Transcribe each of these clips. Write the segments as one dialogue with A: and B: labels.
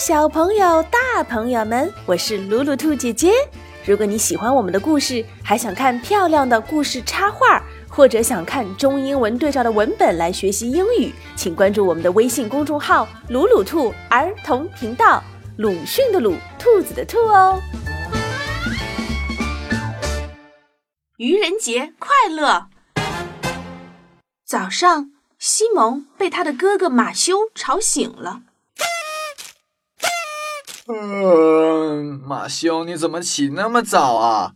A: 小朋友、大朋友们，我是鲁鲁兔姐姐。如果你喜欢我们的故事，还想看漂亮的故事插画，或者想看中英文对照的文本来学习英语，请关注我们的微信公众号“鲁鲁兔儿童频道”，鲁迅的鲁，兔子的兔哦。愚人节快乐！早上，西蒙被他的哥哥马修吵醒了。
B: 嗯，马修，你怎么起那么早啊？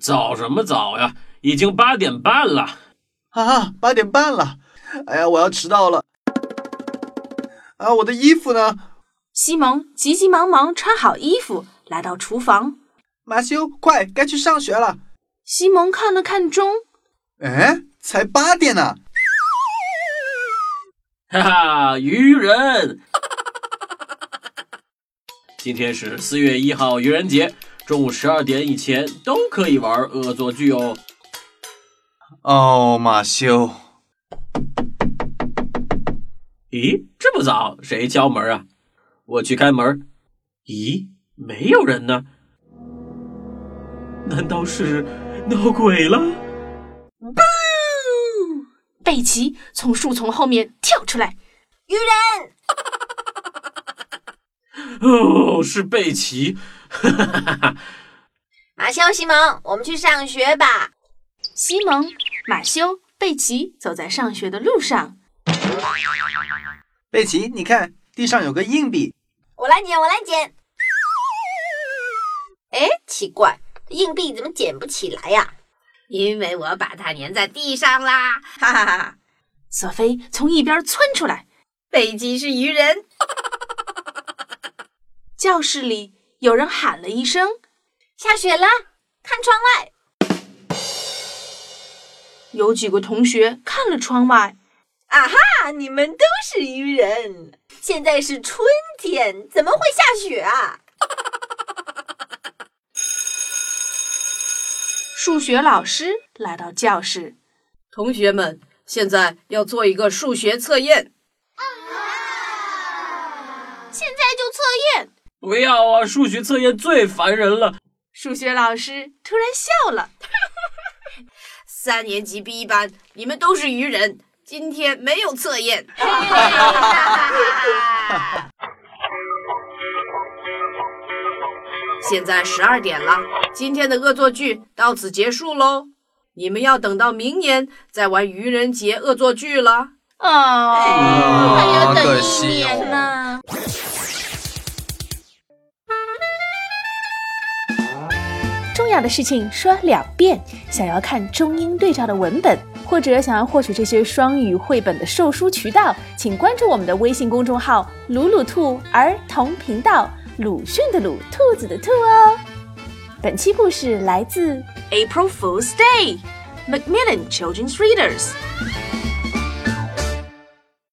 C: 早什么早呀？已经八点半了。
B: 啊，八点半了，哎呀，我要迟到了。啊，我的衣服呢？
A: 西蒙急急忙忙穿好衣服，来到厨房。
B: 马修，快，该去上学了。
A: 西蒙看了看钟，
B: 哎，才八点呢、
C: 哈哈，愚人！ 今天是四月一号，愚人节，中午十二点以前都可以玩恶作剧哦。
B: 哦，马修，
C: 咦，这么早，谁敲门啊？我去开门。咦，没有人呢？难道是闹鬼了？
D: 贝奇从树丛后面跳出来，
C: 哦，是贝奇。哈哈哈哈。
E: 马修、西蒙，我们去上学吧。
D: 西蒙、马修、贝奇走在上学的路上。
B: 贝奇，你看地上有个硬币。
E: 我来捡，我来捡。哎，奇怪，硬币怎么捡不起来呀、因为我把它粘在地上啦， 哈哈哈哈！
D: 索菲从一边窜出来，
E: 北极是愚人，
D: 教室里有人喊了一声，
E: 下雪啦，看窗外。
D: 有几个同学看了窗外。
E: 啊哈，你们都是愚人。现在是春天，怎么会下雪啊？
D: 数学老师来到教室，
F: 同学们，现在要做一个数学测验。
D: 现在就测验。
C: 不要啊！数学测验最烦人了。
D: 数学老师突然笑了，
F: 三年级 B 班，你们都是愚人，今天没有测验。现在十二点了，今天的恶作剧到此结束喽。你们要等到明年再玩愚人节恶作剧了。
D: 哦，
B: 啊，可惜哦。
A: 重要的事情说两遍。想要看中英对照的文本，或者想要获取这些双语绘本的售书渠道，请关注我们的微信公众号“鲁鲁兔儿童频道”，鲁迅的鲁，兔子的兔哦。本期故事来自
D: April Fool's Day，Macmillan Children's Readers。